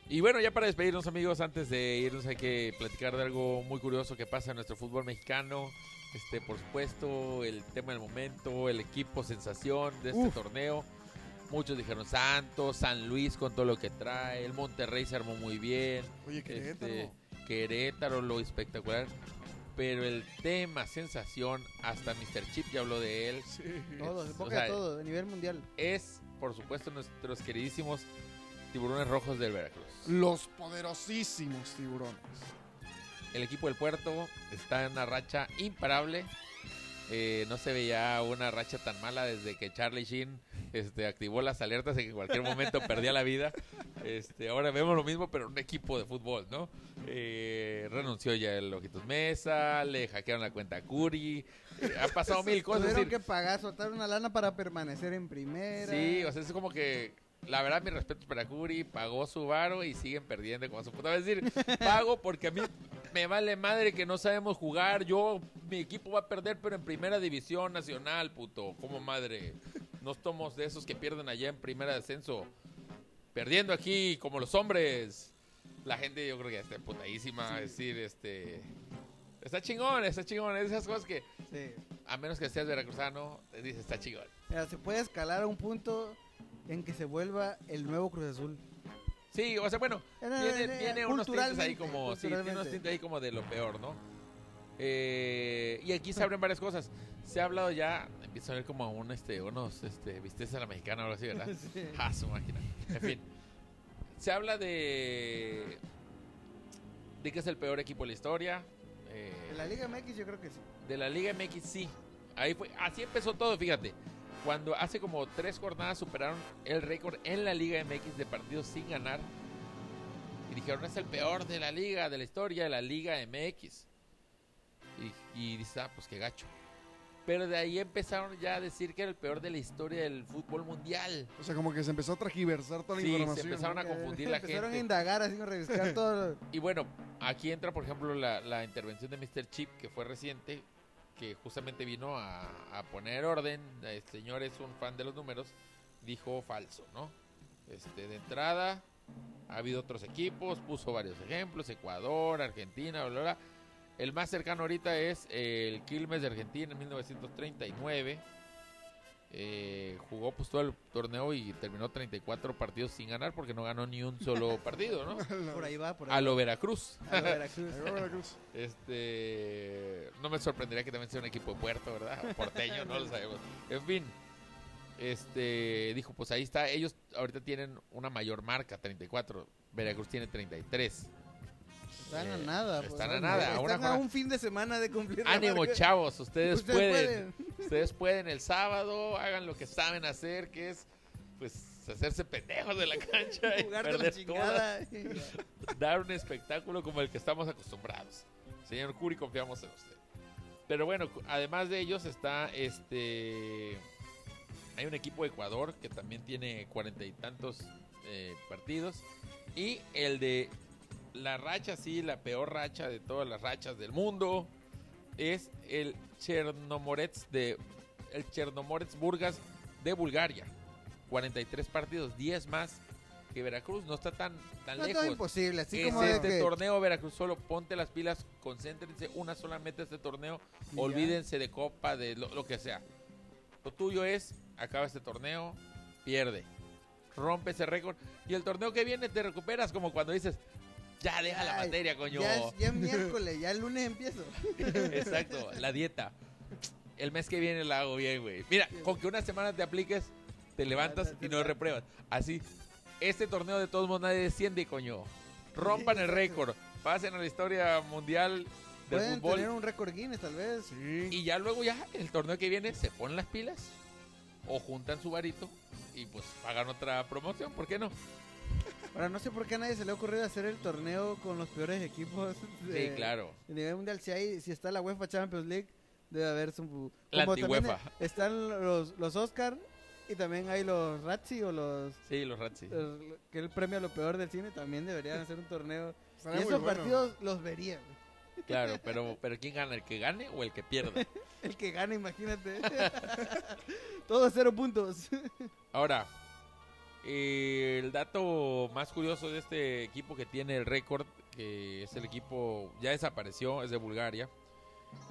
[SPEAKER 3] Y bueno, ya para despedirnos amigos, antes de irnos hay que platicar de algo muy curioso que pasa en nuestro fútbol mexicano. Este, por supuesto, el tema del momento, el equipo sensación de este
[SPEAKER 4] Uf.
[SPEAKER 3] torneo. Muchos dijeron Santos, San Luis con todo lo que trae, el Monterrey se armó muy bien,
[SPEAKER 4] Oye,
[SPEAKER 3] Querétaro. Este, Querétaro lo espectacular. Pero el tema sensación, hasta Mr. Chip ya habló de él
[SPEAKER 2] Todos,
[SPEAKER 3] Es-
[SPEAKER 2] boca
[SPEAKER 3] o sea,
[SPEAKER 2] de todo, a nivel mundial.
[SPEAKER 3] es, por supuesto, nuestros queridísimos tiburones rojos del Veracruz.
[SPEAKER 4] Los poderosísimos tiburones.
[SPEAKER 3] El equipo del puerto está en una racha imparable. Eh, no se veía una racha tan mala desde que Charlie Sheen este, activó las alertas de que en cualquier momento perdía la vida. Este, ahora vemos lo mismo, pero un equipo de fútbol, ¿no? Eh, renunció ya el Ojitos Mesa, le hackearon la cuenta a Curry, eh, ha pasado mil cosas. es
[SPEAKER 2] Tuvieron
[SPEAKER 3] decir,
[SPEAKER 2] que pagar, soltar una lana para permanecer en primera.
[SPEAKER 3] Sí, o sea, es como que. La verdad, mi respeto para Curi, pagó su varo y siguen perdiendo como su puta. Es decir, pago porque a mí me vale madre que no sabemos jugar. Yo, mi equipo va a perder, pero en primera división nacional, puto. Como madre. No somos de esos que pierden allá en primera descenso. Perdiendo aquí, como los hombres. La gente, yo creo que ya está putadísima. Es decir, este. Está chingón, está chingón. Es Esas cosas que,
[SPEAKER 2] Sí.
[SPEAKER 3] a menos que seas veracruzano, te dices, está chingón.
[SPEAKER 2] Mira, se puede escalar a un punto en que se vuelva el nuevo Cruz Azul.
[SPEAKER 3] Sí, o sea, bueno,
[SPEAKER 2] Eh, no,
[SPEAKER 3] Viene,
[SPEAKER 2] no, no,
[SPEAKER 3] viene unos tintes ahí
[SPEAKER 2] culturalmente,
[SPEAKER 3] como, sí, tiene unos
[SPEAKER 2] culturalmente.
[SPEAKER 3] tintes ahí como de lo peor, ¿no? Eh, y aquí se abren varias cosas. Se ha hablado ya, empieza a ver como un, este, unos, este, visteza a la mexicana, ahora sí, ¿verdad?
[SPEAKER 2] Sí.
[SPEAKER 3] Ah, su máquina. En fin, se habla de, de que es el peor equipo de la historia. eh,
[SPEAKER 2] En la Liga MX yo creo que sí.
[SPEAKER 3] de la Liga MX, sí. Ahí fue, así empezó todo, fíjate. Cuando hace como tres jornadas superaron el récord en la Liga MX de partidos sin ganar. Y dijeron, es el peor de la liga, de la historia, de la Liga MX. Y, y dices, ah, pues qué gacho. Pero de ahí empezaron ya a decir que era el peor de la historia del fútbol mundial.
[SPEAKER 4] O sea, como que se empezó a tragiversar toda la
[SPEAKER 3] Sí, se
[SPEAKER 4] información.
[SPEAKER 3] empezaron a
[SPEAKER 2] Porque
[SPEAKER 3] confundir la
[SPEAKER 2] Empezaron
[SPEAKER 3] gente.
[SPEAKER 2] a indagar, así, a revisar todo. lo-
[SPEAKER 3] Y bueno, aquí entra, por ejemplo, la, la intervención de Mr. Chip, que fue reciente, que justamente vino a, a poner orden. El señor es un fan de los números, dijo falso, ¿no? Este, de entrada, ha habido otros equipos, puso varios ejemplos, Ecuador, Argentina, bla, bla, bla. El más cercano ahorita es el Quilmes de Argentina en 1939. Eh, jugó pues todo el torneo y terminó 34 partidos sin ganar porque no ganó ni un solo partido, ¿no?
[SPEAKER 2] Por ahí va, por ahí.
[SPEAKER 3] A lo Veracruz.
[SPEAKER 2] va. A lo Veracruz.
[SPEAKER 4] Ahí va Veracruz.
[SPEAKER 3] Este. No me sorprendería que también sea un equipo de puerto, ¿verdad? O porteño, no lo sabemos. En fin. Este. Dijo, pues ahí está. Ellos ahorita tienen una mayor marca, 34. Veracruz tiene 33.
[SPEAKER 2] Están a
[SPEAKER 3] Eh,
[SPEAKER 2] nada. pues,
[SPEAKER 3] están a nada, a una
[SPEAKER 2] Están a
[SPEAKER 3] jornada.
[SPEAKER 2] un fin de semana de cumplir la
[SPEAKER 3] Ánimo,
[SPEAKER 2] marca.
[SPEAKER 3] chavos. Ustedes,
[SPEAKER 2] Ustedes
[SPEAKER 3] pueden.
[SPEAKER 2] pueden.
[SPEAKER 3] Ustedes pueden el sábado. Hagan lo que saben hacer, que es. Pues hacerse pendejos de la cancha y
[SPEAKER 2] Jugar de la
[SPEAKER 3] perder todas.
[SPEAKER 2] chingada.
[SPEAKER 3] dar un espectáculo como el que estamos acostumbrados. Señor Curi, confiamos en usted. Pero bueno, cu- además de ellos está este. Hay un equipo de Ecuador que también tiene cuarenta y tantos eh, partidos. Y el de la racha, sí, la peor racha de todas las rachas del mundo. Es el Chernomorets de. El Chernomorets Burgas de Bulgaria. 43 partidos, 10 más que Veracruz. No está tan, tan
[SPEAKER 2] No es
[SPEAKER 3] lejos.
[SPEAKER 2] todo imposible, así
[SPEAKER 3] Es
[SPEAKER 2] como de
[SPEAKER 3] este
[SPEAKER 2] que...
[SPEAKER 3] torneo, Veracruz, solo ponte las pilas, concéntrense, una sola meta este torneo,
[SPEAKER 2] Y ya.
[SPEAKER 3] olvídense de copa, de lo, lo que sea. Lo tuyo es, acaba este torneo, pierde, rompe ese récord, y el torneo que viene te recuperas como cuando dices, ya deja la
[SPEAKER 2] Ay,
[SPEAKER 3] materia, coño.
[SPEAKER 2] Ya es, ya es miércoles, ya el lunes empiezo.
[SPEAKER 3] Exacto, la dieta. El mes que viene la hago bien, güey. Mira, con que una semana te apliques, te levantas y no repruebas. Así, este torneo de todos modos nadie desciende, coño. Rompan el récord, pasen a la historia mundial del
[SPEAKER 2] Pueden
[SPEAKER 3] fútbol.
[SPEAKER 2] tener un récord Guinness, tal vez.
[SPEAKER 4] Sí.
[SPEAKER 3] Y ya luego, ya el torneo que viene, se ponen las pilas o juntan su varito y pues pagan otra promoción, ¿por qué no?
[SPEAKER 2] Ahora, no sé por qué a nadie se le ha ocurrido hacer el torneo con los peores equipos.
[SPEAKER 3] Sí,
[SPEAKER 2] de-
[SPEAKER 3] claro.
[SPEAKER 2] A nivel mundial, si, hay, si está la UEFA Champions League, debe haber su... como
[SPEAKER 3] La
[SPEAKER 2] también
[SPEAKER 3] anti-UEFA.
[SPEAKER 2] Están los, los Oscar y también hay los Razzi o los...
[SPEAKER 3] Sí, los Ratsi.
[SPEAKER 2] el- que el premio a lo peor del cine también deberían hacer un torneo.
[SPEAKER 4] Estaría
[SPEAKER 2] y
[SPEAKER 4] muy
[SPEAKER 2] esos
[SPEAKER 4] bueno.
[SPEAKER 2] partidos los verían.
[SPEAKER 3] Claro, pero, pero ¿quién gana? ¿El que gane o el que pierda?
[SPEAKER 2] El que gana, imagínate. Todos cero puntos.
[SPEAKER 3] Ahora, eh, el dato más curioso de este equipo que tiene el récord, que es el equipo, ya desapareció, es de Bulgaria,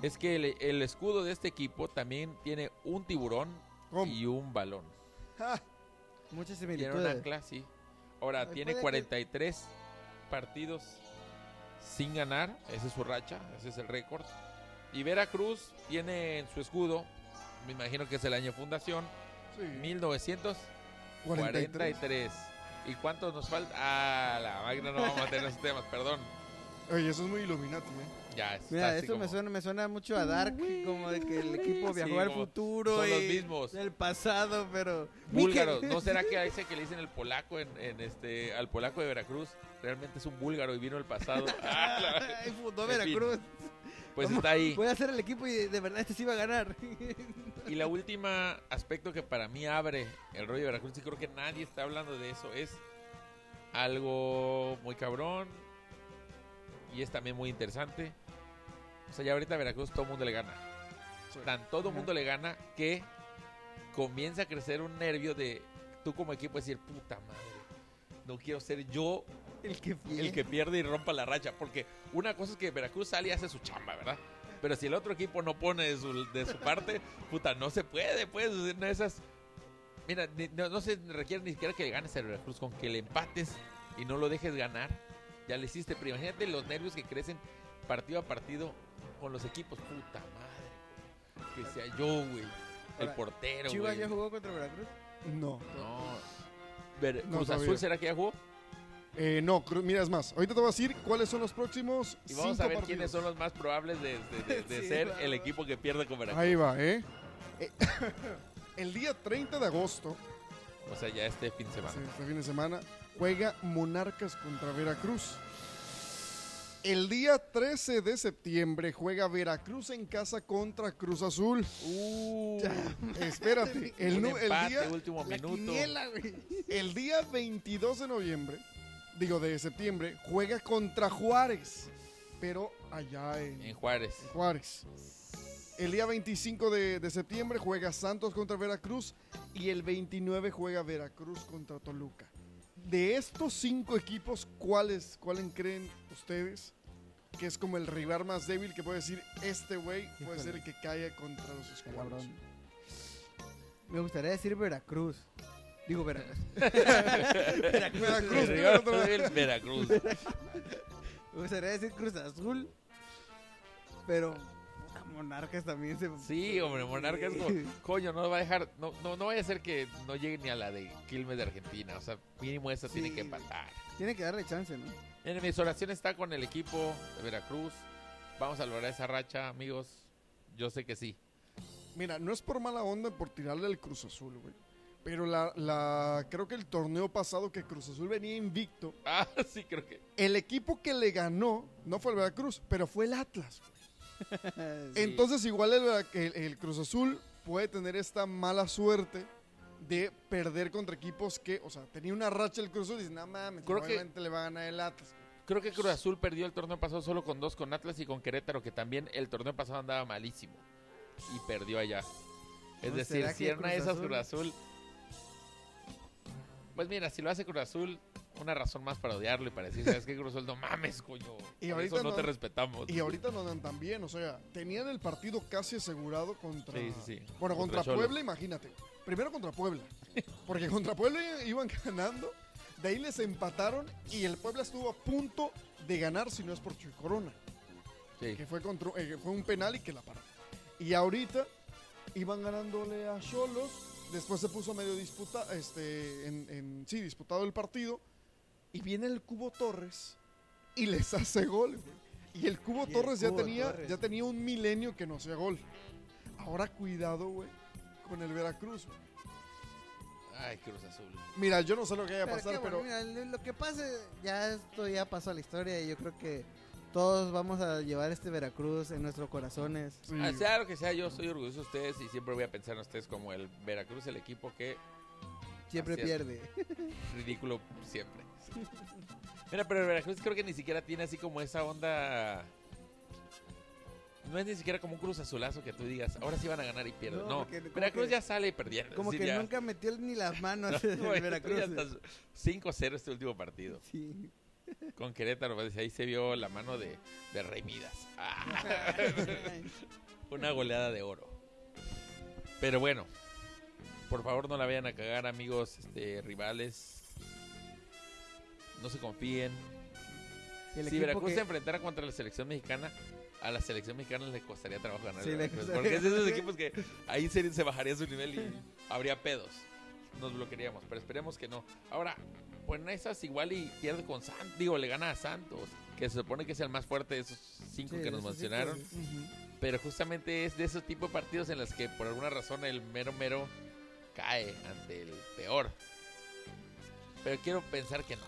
[SPEAKER 3] es que el, el escudo de este equipo también tiene un tiburón
[SPEAKER 4] ¿Cómo?
[SPEAKER 3] y un balón.
[SPEAKER 4] Ja.
[SPEAKER 2] Muchas
[SPEAKER 3] Tiene
[SPEAKER 2] similitudes.
[SPEAKER 3] una ancla, sí. Ahora,
[SPEAKER 2] Ay,
[SPEAKER 3] tiene
[SPEAKER 2] puede que-
[SPEAKER 3] 43 partidos sin ganar, esa es su racha, ese es el récord. Y Veracruz tiene en su escudo, me imagino que es el año de fundación,
[SPEAKER 4] Sí.
[SPEAKER 3] 1900.
[SPEAKER 4] 43.
[SPEAKER 3] 43. ¿Y cuántos nos falta? Ah, la máquina no vamos a tener esos temas, perdón.
[SPEAKER 4] Oye, eso es muy Illuminati, ¿eh?
[SPEAKER 3] Ya, está
[SPEAKER 2] Mira,
[SPEAKER 3] así
[SPEAKER 2] esto me
[SPEAKER 3] como-
[SPEAKER 2] suena, me suena mucho a Dark, como de que el equipo
[SPEAKER 3] Sí,
[SPEAKER 2] viajó al
[SPEAKER 3] como
[SPEAKER 2] futuro
[SPEAKER 3] son los
[SPEAKER 2] y
[SPEAKER 3] mismos.
[SPEAKER 2] del pasado, pero
[SPEAKER 3] Búlgaros,
[SPEAKER 2] Mikel-
[SPEAKER 3] ¿no será que a ese que le dicen el polaco en, en este, al polaco de Veracruz realmente es un búlgaro y vino el pasado? Ah, la-
[SPEAKER 2] Ay, fundó
[SPEAKER 3] En fin.
[SPEAKER 2] Veracruz.
[SPEAKER 3] Pues está ahí.
[SPEAKER 2] Voy a hacer el equipo y de verdad este sí va a ganar.
[SPEAKER 3] Y la última aspecto que para mí abre el rollo de Veracruz, y creo que nadie está hablando de eso, es algo muy cabrón y es también muy interesante. O sea, ya ahorita a Veracruz todo el mundo le gana.
[SPEAKER 4] Sí.
[SPEAKER 3] Tan todo el
[SPEAKER 2] Ajá.
[SPEAKER 3] mundo le gana que comienza a crecer un nervio de tú como equipo decir, puta madre, no quiero ser yo
[SPEAKER 2] el que pierde.
[SPEAKER 3] el que pierde y rompa la racha. Porque una cosa es que Veracruz sale y hace su chamba, ¿verdad? Pero si el otro equipo no pone de su, de su parte, puta, no se puede, pues. en esas. Mira, ni- no, no se requiere ni siquiera que le ganes al Veracruz, con que le empates y no lo dejes ganar. Ya le hiciste, pero imagínate los nervios que crecen partido a partido con los equipos. Puta madre, que sea yo, güey. El
[SPEAKER 2] Ahora,
[SPEAKER 3] portero,
[SPEAKER 2] Chivas
[SPEAKER 3] güey.
[SPEAKER 2] ya jugó contra Veracruz.
[SPEAKER 4] No.
[SPEAKER 3] No. Ver-
[SPEAKER 4] No
[SPEAKER 3] Cruz
[SPEAKER 4] sabía.
[SPEAKER 3] Azul, ¿será que ya jugó?
[SPEAKER 4] Eh, no, cru- mira, es más. Ahorita te voy a decir cuáles son los próximos.
[SPEAKER 3] Y vamos
[SPEAKER 4] cinco
[SPEAKER 3] a ver
[SPEAKER 4] partidos.
[SPEAKER 3] quiénes son los más probables de, de- de- de
[SPEAKER 2] Sí,
[SPEAKER 3] ser
[SPEAKER 2] va,
[SPEAKER 3] el
[SPEAKER 2] va.
[SPEAKER 3] equipo que pierde con Veracruz.
[SPEAKER 4] Ahí va, ¿eh? Eh, El día 30 de agosto,
[SPEAKER 3] O sea, ya este fin de semana.
[SPEAKER 4] sí, este fin de semana, juega Monarcas contra Veracruz. El día 13 de septiembre juega Veracruz en casa contra Cruz Azul.
[SPEAKER 3] Uh,
[SPEAKER 4] Espérate, el,
[SPEAKER 3] un
[SPEAKER 4] nu- el
[SPEAKER 3] empate,
[SPEAKER 4] día,
[SPEAKER 3] último
[SPEAKER 2] La
[SPEAKER 3] minuto.
[SPEAKER 2] quiniela, güey.
[SPEAKER 4] el día 22 de noviembre, digo de septiembre, juega contra Juárez, pero allá
[SPEAKER 3] En Juárez.
[SPEAKER 4] Juárez. El día 25 de, de septiembre juega Santos contra Veracruz y el 29 juega Veracruz contra Toluca. De estos cinco equipos, ¿cuáles cuáles creen ustedes que es como el rival más débil que puede decir este güey puede
[SPEAKER 2] Híjole.
[SPEAKER 4] ser el que caiga contra los escuadros?
[SPEAKER 2] Cabrón. Me gustaría decir Veracruz. Digo Veracruz.
[SPEAKER 4] Veracruz,
[SPEAKER 3] El
[SPEAKER 4] primero
[SPEAKER 3] rival
[SPEAKER 4] otra vez.
[SPEAKER 3] del Veracruz.
[SPEAKER 2] Me gustaría decir Cruz Azul. Pero puta, Monarcas también se.
[SPEAKER 3] Sí, hombre, Monarcas es como, coño, no va a dejar, no, no, no vaya a ser que no llegue ni a la de Quilmes de Argentina. O sea, mínimo esa tiene
[SPEAKER 2] Sí.
[SPEAKER 3] que empatar.
[SPEAKER 2] Tiene que darle chance, ¿no?
[SPEAKER 3] En mis oraciones está con el equipo de Veracruz. Vamos a lograr esa racha, amigos. Yo sé que sí.
[SPEAKER 4] Mira, no es por mala onda por tirarle al Cruz Azul, güey. Pero la, la- creo que el torneo pasado que Cruz Azul venía invicto,
[SPEAKER 3] Ah, sí, creo que.
[SPEAKER 4] el equipo que le ganó no fue el Veracruz, pero fue el Atlas.
[SPEAKER 2] Sí.
[SPEAKER 4] Entonces, igual el, Vera- el- el Cruz Azul puede tener esta mala suerte de perder contra equipos que, o sea, tenía una racha el Cruz Azul y dice, no mames,
[SPEAKER 3] Creo que-
[SPEAKER 4] probablemente le va a ganar el Atlas.
[SPEAKER 3] Creo que Cruz Azul perdió el torneo pasado solo con dos, con Atlas y con Querétaro, que también el torneo pasado andaba malísimo. Y perdió allá. Es
[SPEAKER 2] ¿No
[SPEAKER 3] decir,
[SPEAKER 2] será
[SPEAKER 3] si
[SPEAKER 2] que
[SPEAKER 3] era una de
[SPEAKER 2] Cruz
[SPEAKER 3] esas
[SPEAKER 2] Azul?
[SPEAKER 3] Cruz Azul. Pues mira, si lo hace Cruz Azul, una razón más para odiarlo y para decir, ¿sabes qué, Cruz Azul? No mames, coño.
[SPEAKER 4] Y
[SPEAKER 3] por
[SPEAKER 4] ahorita
[SPEAKER 3] eso no,
[SPEAKER 4] no-
[SPEAKER 3] te respetamos.
[SPEAKER 4] Y ahorita no andan tan bien, o sea, tenían el partido casi asegurado contra.
[SPEAKER 3] Sí, sí, sí. Contra
[SPEAKER 4] Bueno, contra,
[SPEAKER 3] Cholos.
[SPEAKER 4] Puebla, imagínate. Primero contra Puebla. Porque contra Puebla iban ganando. De ahí les empataron y el Puebla estuvo a punto de ganar si no es por Chuy Corona.
[SPEAKER 3] Sí.
[SPEAKER 4] que fue, contra- eh, que fue un penal y que la paró. Y ahorita iban ganándole a Cholos, después se puso medio disputa, este, en, en- sí, disputado el partido, y viene el Cubo Torres y les hace gol. güey. Y el Cubo
[SPEAKER 2] Y el
[SPEAKER 4] Torres, ya
[SPEAKER 2] Cubo
[SPEAKER 4] tenía,
[SPEAKER 2] Torres.
[SPEAKER 4] ya tenía un milenio que no hacía gol. Ahora cuidado, güey, con el Veracruz. güey.
[SPEAKER 3] Ay, Cruz Azul.
[SPEAKER 4] Mira, yo no sé lo que vaya a
[SPEAKER 2] Pero
[SPEAKER 4] pasar,
[SPEAKER 2] qué
[SPEAKER 4] pero...
[SPEAKER 2] bueno, mira, lo que pase, ya esto ya pasó a la historia. Y yo creo que todos vamos a llevar este Veracruz en nuestros corazones.
[SPEAKER 4] sí,
[SPEAKER 3] Ah, sea lo que sea, yo soy orgulloso de ustedes y siempre voy a pensar en ustedes como el Veracruz, el equipo que
[SPEAKER 2] Siempre
[SPEAKER 3] Así es.
[SPEAKER 2] pierde.
[SPEAKER 3] ridículo siempre. Mira, pero el Veracruz creo que ni siquiera tiene así como esa onda. No es ni siquiera como un cruz azulazo que tú digas, ahora sí van a ganar y pierden.
[SPEAKER 2] No,
[SPEAKER 3] No,
[SPEAKER 2] porque como
[SPEAKER 3] Veracruz
[SPEAKER 2] que-
[SPEAKER 3] ya sale perdiendo. es
[SPEAKER 2] Como
[SPEAKER 3] decir,
[SPEAKER 2] que
[SPEAKER 3] ya-
[SPEAKER 2] nunca metió ni las manos
[SPEAKER 3] no,
[SPEAKER 2] en
[SPEAKER 3] güey,
[SPEAKER 2] Veracruz.
[SPEAKER 3] ya estás 5-0 este último partido.
[SPEAKER 2] Sí.
[SPEAKER 3] Con Querétaro, pues, ahí se vio la mano de, de Rey Midas. Ah, una goleada de oro. Pero bueno, por favor no la vayan a cagar, amigos este, rivales. No se confíen.
[SPEAKER 2] El
[SPEAKER 3] si
[SPEAKER 2] equipo
[SPEAKER 3] Veracruz
[SPEAKER 2] que-
[SPEAKER 3] se enfrentara contra la selección mexicana, a la selección mexicana le costaría trabajo ganar.
[SPEAKER 2] Sí,
[SPEAKER 3] el
[SPEAKER 2] le
[SPEAKER 3] Veracruz,
[SPEAKER 2] costaría.
[SPEAKER 3] porque es de esos equipos que ahí se, se bajaría su nivel y habría pedos. Nos bloquearíamos, pero esperemos que no. Ahora, pues en esas igual y pierde con Santos, digo, le gana a Santos. que se supone que es el más fuerte de esos cinco
[SPEAKER 5] Sí,
[SPEAKER 3] que
[SPEAKER 5] de
[SPEAKER 3] nos
[SPEAKER 5] esos cinco,
[SPEAKER 3] mencionaron.
[SPEAKER 5] sí.
[SPEAKER 3] Pero justamente es de esos tipos de partidos en los que por alguna razón el mero mero cae ante el peor. Pero quiero pensar que no.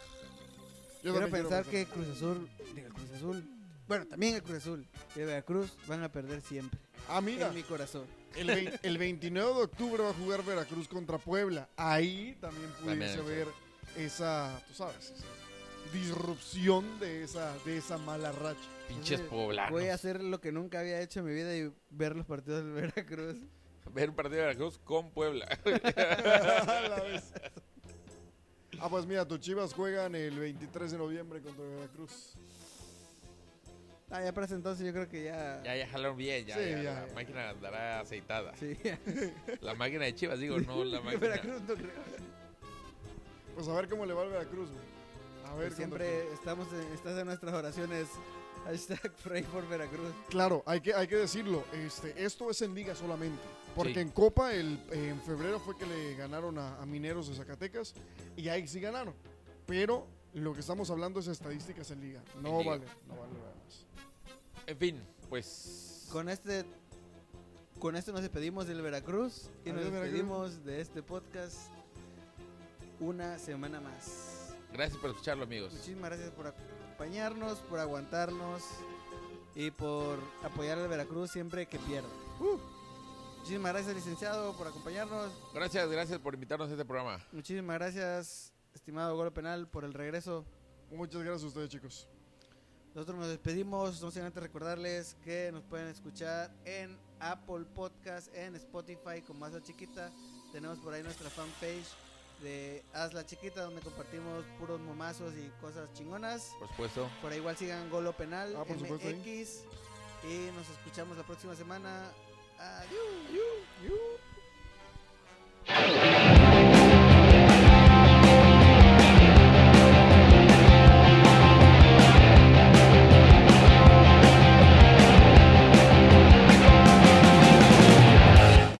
[SPEAKER 4] Yo
[SPEAKER 2] quiero
[SPEAKER 4] también quiero
[SPEAKER 2] pensar que Cruz Azul, digo, el Cruz Azul, bueno, también el Cruz Azul y el Veracruz van a perder siempre.
[SPEAKER 4] Ah, mira,
[SPEAKER 2] En mi corazón.
[SPEAKER 4] el, vein- el 29 de octubre va a jugar Veracruz contra Puebla. Ahí también pudiese
[SPEAKER 3] También, sí.
[SPEAKER 4] ver esa, tú sabes, esa disrupción de esa, de esa mala racha.
[SPEAKER 3] Pinches
[SPEAKER 2] Entonces,
[SPEAKER 3] poblanos.
[SPEAKER 2] Voy a hacer lo que nunca había hecho en mi vida y ver los partidos del Veracruz.
[SPEAKER 3] Ver un partido de Veracruz con Puebla.
[SPEAKER 4] La vez. Ah, pues mira, tus chivas juegan el 23 de noviembre contra Veracruz.
[SPEAKER 2] Ah, ya para ese entonces yo creo que ya.
[SPEAKER 3] ya, ya jalaron bien, ya,
[SPEAKER 4] Sí,
[SPEAKER 3] ya,
[SPEAKER 4] ya.
[SPEAKER 3] La máquina andará aceitada.
[SPEAKER 2] Sí,
[SPEAKER 3] La máquina de Chivas, digo, no la máquina.
[SPEAKER 2] Veracruz no creo.
[SPEAKER 4] Pues a ver cómo le va al Veracruz, güey. A ver,
[SPEAKER 2] Pero Pues siempre estamos en, estás en nuestras oraciones. Hashtag Frey por Veracruz.
[SPEAKER 4] Claro, hay que, hay que decirlo. Este, esto es en liga solamente. Porque
[SPEAKER 3] Sí.
[SPEAKER 4] en Copa, el, eh, en febrero fue que le ganaron a, a Mineros de Zacatecas y ahí sí ganaron. Pero lo que estamos hablando es estadísticas en liga. No
[SPEAKER 3] liga.
[SPEAKER 4] vale, no vale nada más.
[SPEAKER 3] En fin, pues.
[SPEAKER 2] Con este. Con esto nos despedimos del Veracruz y nos
[SPEAKER 4] Adiós, Veracruz.
[SPEAKER 2] despedimos de este podcast una semana más.
[SPEAKER 3] Gracias por escucharlo, amigos.
[SPEAKER 2] Muchísimas gracias por acompañarnos, por aguantarnos y por apoyar al Veracruz siempre que pierda. Muchísimas gracias, licenciado, por acompañarnos.
[SPEAKER 3] Gracias, gracias por invitarnos a este programa.
[SPEAKER 2] Muchísimas gracias, estimado Gol Penal, por el regreso.
[SPEAKER 4] Muchas gracias a ustedes, chicos.
[SPEAKER 2] Nosotros nos despedimos, no sin antes recordarles que nos pueden escuchar en Apple Podcast, en Spotify con Hazla Chiquita. Tenemos por ahí nuestra fanpage de Hazla Chiquita, donde compartimos puros momazos y cosas chingonas.
[SPEAKER 3] Por supuesto.
[SPEAKER 2] Por ahí igual sigan Golo Penal,
[SPEAKER 4] Ah, por supuesto,
[SPEAKER 2] MX. Y nos escuchamos la próxima semana. Adiós.